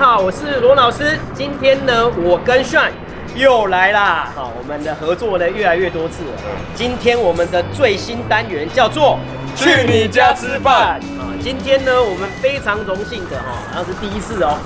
好？我是罗老师。今天呢，我跟炫又来啦。好，我们的合作呢越来越多次了。今天我们的最新单元叫做“去你家吃饭啊。今天呢，我们非常荣幸的哈，好像是第一次哦，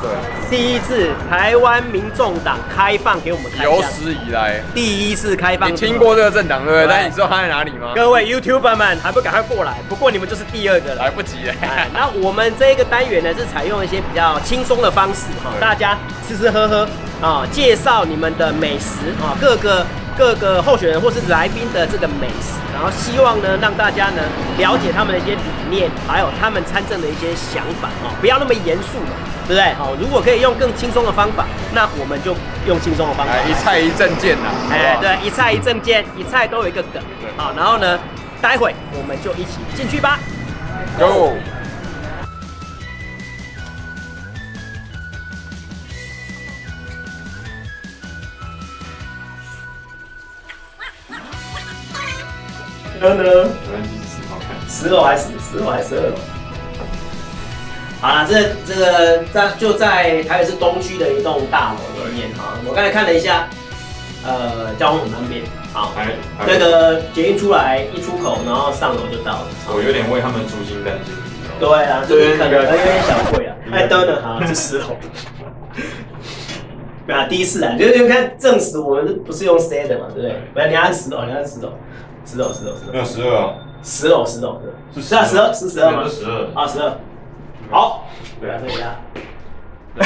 第一次台湾民众党开放给我们看有一下，史以来，第一次开放。你听过这个政党对不对？对但你知道它在哪里吗？各位 YouTuber 们还不赶快过来？不过你们就是第二个了来。不及了。 哎，那我们这个单元呢是采用一些比较轻松的方式哈，对大家吃吃喝喝啊，介绍你们的美食啊，各个各个候选人或是来宾的这个美食，然后希望呢让大家呢了解他们的一些理念，还有他们参政的一些想法啊，不要那么严肃嘛，对不对？好，如果可以用更轻松的方法，那我们就用轻松的方法 哎，。一菜一证件呐，哎好，不好，对，一菜一证件，一菜都有一个梗对。好，然后呢，待会我们就一起进去吧。 ，Go。呢呢。有人去吃好看。十楼还是十楼还是十二楼？好啦，这这个在就在台北市东区的一栋大楼里面啊。我刚才看了一下，呃，交通很方便，好，还还那个捷运出来一出口，然后上楼就到了。好我有点为他们粗心担心。对啊，就是可能有点小贵啊。哎，等等 啊，是十楼。 对啊，第一次啊，就是你看证实我们不是用 C 的嘛，对不对？不然你按十楼，你按十楼，十楼，十楼，十楼没有，十二啊，十楼，十楼，是是啊，十二是十二吗？十二。二十二，好，对来这里啦，有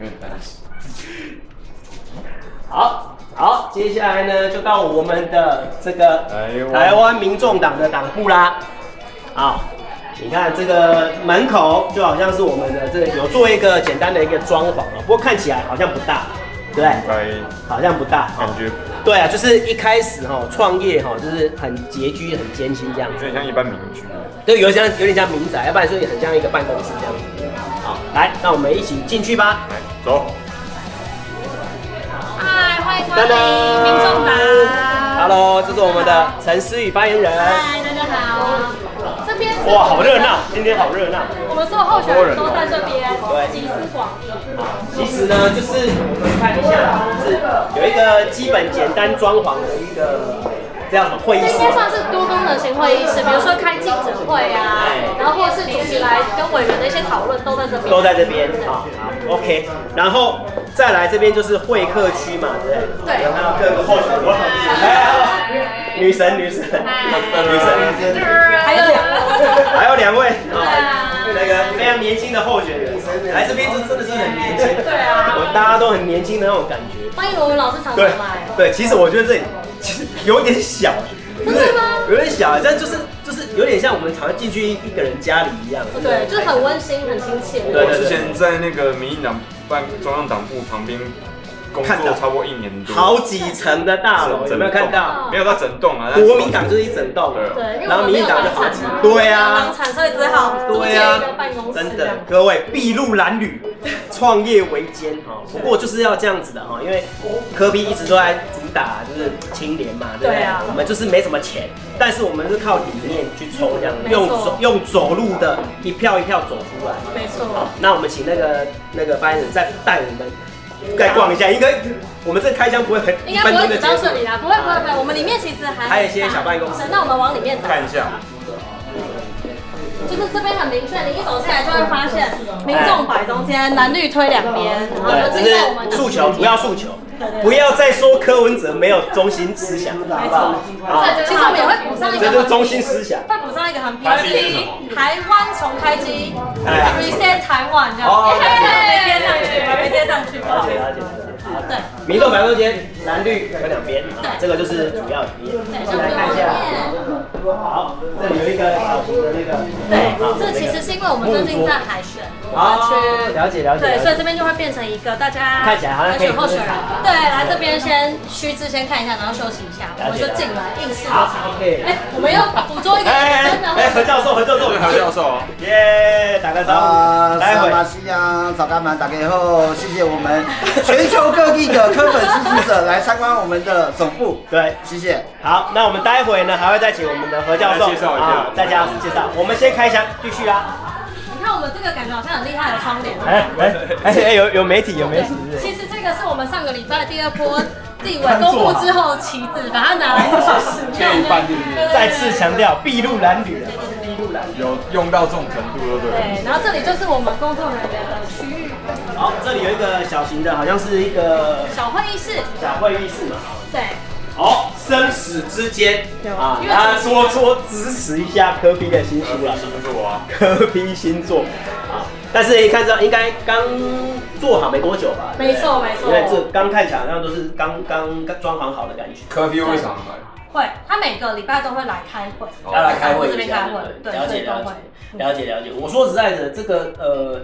点担心。 好好，接下来呢就到我们的这个台湾台湾民众党的党部啦，啊，你看这个门口就好像是我们的这个有做一个简单的一个装潢啊，不过看起来好像不大，对不对？该好像不大啊，感觉对啊，就是一开始哈、创业哈、就是很拮据、很艰辛这样有子，点像一般民居。对，有点像有点像民宅，要不然就是很像一个办公室这样子。好，来，那我们一起进去吧。来，走。嗨，欢迎光噔临噔民众党。 Hello，这是我们的陈思雨发言人。嗨，大家好。这边是哇，好热闹，今天好热闹。我们所有候选人都在这边对，集思广益。其实呢，就是我们看一下，就是有一个基本简单装潢的一个这样的会议这应室。啊该算是多功能型会议室，比如说开记者会啊，然后或者是主席来跟委员的一些讨论都在这边。哎都在这边啊、好 o k 然后再来这边就是会客区嘛，对不对？对有看到各个候选人，哎女神女神女神女神，还有两个。还有两位啊，对啊那个非常年轻的候选人，来这边就真的是很年轻，对啊我大家都很年轻的那种感觉。欢迎我们老师常常对来。对，其实我觉得这里其实有点小，真的吗有点小，但就是就是有点像我们常进去一个人家里一样。对，就是很温馨，很亲切。对我之前在那个民进党办中央党部旁边工看到作超过一年多，好几层的大楼，有没有看到？没有到整栋啊，但是国民党就是一整栋，对对，因为然我后们民没进有党房就好产几嘛，，对没有啊房，产，所以只好租对借啊一个办公室真这的样，各位筚路蓝 缕，创业维艰哈。不过就是要这样子的哈，因为科比一直都在主打就是青年嘛，对不对对啊？我们就是没什么钱，但是我们是靠理念去抽，这样没错用走用走路的一票一票走出来。没错好。，那我们请那个那个发言人再带我们再逛一下，应该我们这开箱不会很应该不会一分钟的只到结束这里啦，不会不会不会，我们里面其实还还有一些小办公室对那我们往里面走，看一下，就是这边很明确，你一走进来就会发现，民众摆中间，蓝绿推两边，然后就对，进到我们这的是诉求，不要诉求，不要再说柯文哲没有中心思想，好不好？好其实我们也会补上一个这就是中心思想。再补上一个很台币是什 PRP，台湾重开机哎，reset 台湾这样，哦嘿嘿嘿没贴上去，没贴上去，不了好解意了思。解了解。好对，民众白中间蓝绿有两边，啊对这个就是主要理念。对，我就们来看是往一里下，面。好，这里有一个小型的那个。啊对嗯好，这其实是因为我们最近在海选我哦们了解了解对，了解所以这边就会变成一个大家看起来好像可以嗯选候选人，对，来这边先须知先看一下，然后休息一下，我了们解就进来应试好的场合。 ，OK 哎，我们又捕捉一个哎女哎生哎的哎，何教授，何教授，何教授，耶，打个招啊，呼，待萨会马西亚早干嘛？打给后，谢谢我们全球各地的科粉支持者来参观我们的总部，对。谢谢。好，那我们待会呢还会再请我们的何教授来介绍一下啊再加介绍。我们先开箱，继续啊。你看我我们这个感觉好像很厉害的窗帘。哎哎 哎哎，有有媒体有媒体，是不对，是其实这个是我们上个礼拜第二波立委公布之后，旗子把它拿来去使 用的，对再次强。调，筚路蓝缕啊，筚路蓝缕。有用到这种程度了，对对不对对？对，然后这里就是我们工作人员的区域好，这里有一个小型的，好像是一个小会议室，小会议室嘛。对。好，生死之间有啊，因为大家说说支持一下科比的新书啦，星座啊，科 比新作啊。但是一看这应该刚做好没多久吧？对不对没错没错因为这刚看起来好像都是刚刚刚装潢好的感觉。科比会常来，会，他每个礼拜都会来开会。哦要来开会这一边下开会，对，了所解以了都解会。嗯了解了解。我说实在的，这个呃，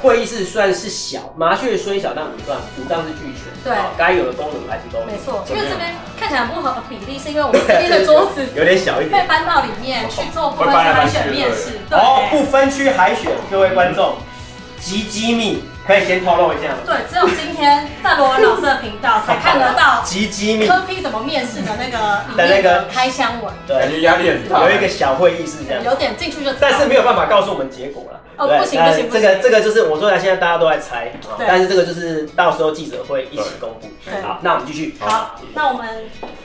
会议室虽然是小，麻雀虽小，但五脏五脏是俱全，对哦该有的功能还是都有没错，怎因么为样这边看起来不合比例，是因为我们这边的桌子 有点小一点被。搬到里面去做部分会搬来海搬去选面对试。对，哦，不分区海选，各位观众，极机密，可以先透露一下吗？对，只有今天在罗文老师的频道才看得到 极机密科批怎么面试的那个 的那里面个的开箱文，感对，觉压力很大。有一个小会议室这样，有点进去就知道。但是没有办法告诉我们结果了。哦对不行那不行不这行个这个就是我说的，现在大家都在猜，哦对但是这个就是到时候记者会一起公布对。好，那我们继续。 好继续，那我们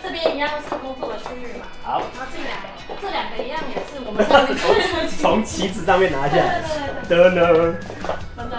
这边一样是工作的区域嘛，好。然后这两个这两个一样也是我们上 礼拜从旗子上面拿下来。对噔噔，拜拜。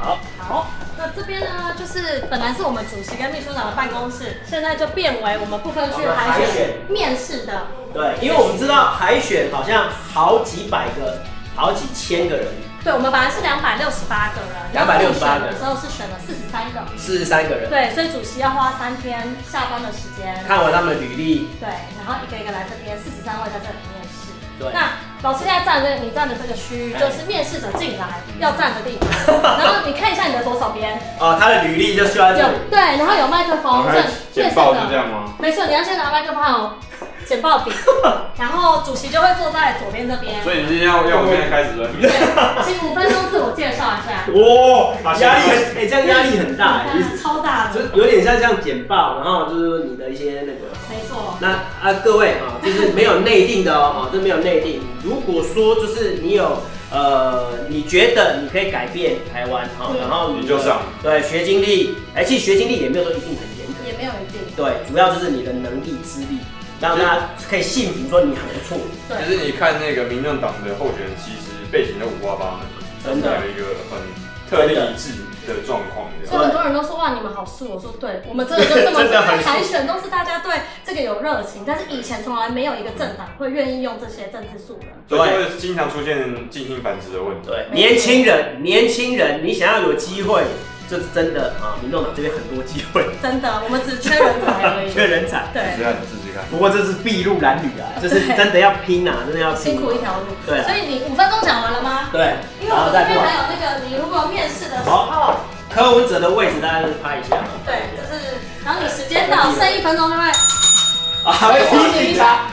好，好，那这边呢，就是本来是我们主席跟秘书长的办公室，现在就变为我们部分区海选面试的。对，因为我们知道海选好像好几百个、好几千个人，对，我们本来是两百六十八个人， 268个的时候是选了四十三个。四十三个人，对，所以主席要花三天下班的时间，看完他们的履历，对，然后一个一个来这边，四十三位在这里面试。对那老师现在站的你站的这个区域，哎就是面试者进来要站的地 方。然后你看一下你的左手边，哦，他的履历就需要这有里。对，然后有麦克风，然后简报面试者就这样吗？没错，你要先拿麦克风哦，简报 笔，然后主席就会坐在左边这边，所以你今天要要我现在开始了，哦对请五分钟自我介绍一下，哇，压力很，哎、这样 压力很大、哎超大就的，有点像这样简报，然后就是你的一些那个。没错，那啊，各位啊、就是没有内定的哦，啊，这没有内定。如果说就是你有呃，你觉得你可以改变台湾哈、嗯然后你你就上对学经历，哎，其实学经历也没有说一定很严格，也没有一定，对，主要就是你的能力资历，让大家可以信服说你很不错，就对，是你看那个民政党的候选人，其实背景都五花八门，真的有一个很特立一致的状况。这所样以很多人都说哇你们好素，我说对，我们真的 就这么真的很说，素海选都是大家对这个有热情，但是以前从来没有一个政党会愿意用这些政治素人，所以就会经常出现近亲繁殖的问题。对，年轻人，年轻人，你想要有机会，这是真的啊，民众党这边很多机会，真的，我们只缺人才而 已，缺人才，啊对只。要你试试看。不过这是筚路蓝缕 啊，这是真的要拼啊，真的要拼辛苦一条路，对啊所以你五分钟讲完了吗？对，因为然后我们再这过边还来。有哦那个，你如果面试的时候好，柯文哲的位置大家就是拍一下嘛。对，就是，然后你时间到，剩一分钟就会，啊，还会提醒他。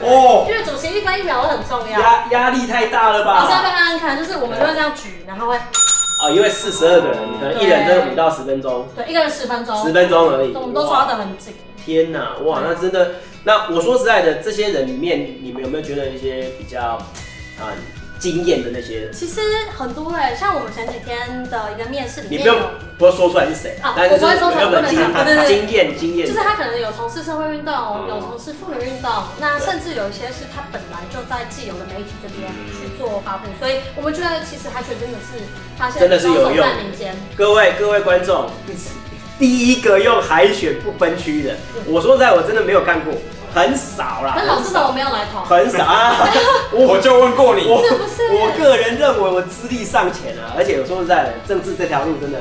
哦，因为主席一分一秒都很重要。压压力太大了老师要吧？不要按按看？就是我们就会这样举，然后会，哦，因为四十二个人，可能一人都五到十分钟，对，一个人十分钟，十分钟而已。我们哦都抓得很紧。天呐，哇，那真的，那我说实在的，这些人里面，你们有没有觉得一些比较啊惊艳的那些人？其实很多哎、像我们前几天的一个面试里你面不用有，不要说出来是谁啊，但是我不会说出来有没有不能讲惊对对对惊艳惊艳就是？他可能有从事社会运动，嗯有从事妇女运动，那甚至有一些是他本来就在既有的媒体这边去做发布，所以我们觉得其实海选真的是发现真的是有高手用在民间，各位各位观众，第一个用海选不分区的，我说实在，我真的没有看过，很少啦，但嗯老师怎么没有来投？很少 啊。我就问过你，我是不是我个人认为我资历尚浅啊，而且我说实在的，政治这条路真的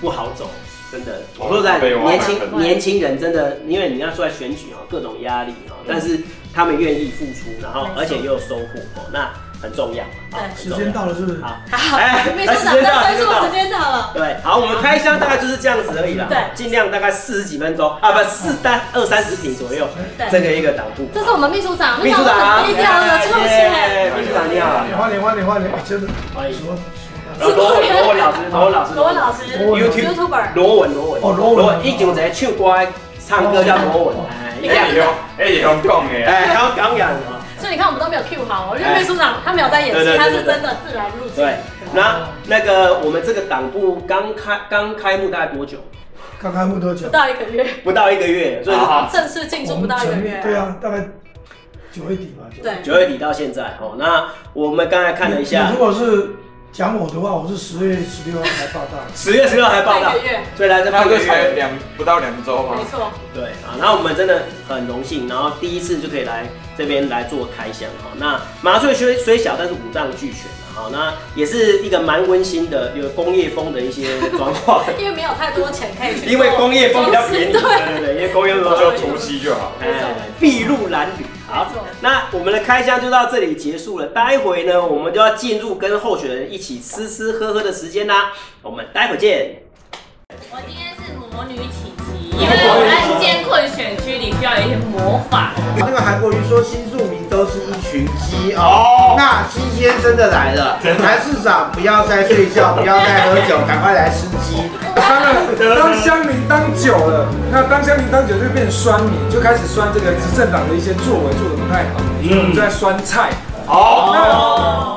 不好走，真的。我说实在，哦被挖年轻坑年轻人真的，因为你要出来选举哦，各种压力哦，但是他们愿意付出，然后没错而且也有收获哦，那很重要。好对很时重要间到了是不是？好，好，秘书时长间到，时在催间促到时。间到了。对，好，我们开箱大概就是这样子而已啦，对尽量大概四十几分钟啊，不四单二三十瓶左右，对这个一个党部。这是我们秘书长，秘书长，啊哎很低调的出现。耶秘书长你好。你换你换你换你，哎真的欢迎什么？然后罗罗文老师，罗文老师，罗文老师 YouTube ，YouTuber，罗文，罗文，哦罗文以前有一个唱歌唱歌叫罗文，哎，哎，以后哎以后讲啊的，哎，香港人哦，所以以你看我们都没有 Q 好哦，因为秘书长他没有在演对对对戏，他是对对真的自然入境对。，那那个我们这个党部刚开刚开幕大概多久？刚开幕多久不？到一个月，不到一个月，所以啊好正式进驻不到一个哦月。对，啊，大概九月底吧。九月对，九月底到现在哦。那我们刚才看了一你下如，果是讲我的话，我是十月十六号才报道。十月十六还报道半个月，所以来这那半不个就才月，两不到两周吗没？错，对啊。那我们真的很荣幸，然后第一次就可以来这边来做开箱哈。那麻醉虽虽小，但是五脏俱全啊。好，那也是一个蛮温馨的，有工业风的一些装潢，因为没有太多钱可以去 做。因为工业风比较便宜，对对，对对，因为工业风比较就便宜除夕就好。没错哎筚路蓝缕。好没错，那我们的开箱就到这里结束了。待会呢，我们就要进入跟候选人一起吃吃喝喝的时间啦。我们待会见。我今天是魔女琪琪，因为我在艰困选区里需要有一些魔法。那个韩国瑜说新住民都是一群鸡哦，那鸡先真的来了，韩市长不要再睡觉，不要再喝酒，赶快来吃鸡。当然，当乡民当久了，那当乡民当久就变酸民，就开始酸这个执政党的一些作为做的不太好，所以我们就在酸菜。好，那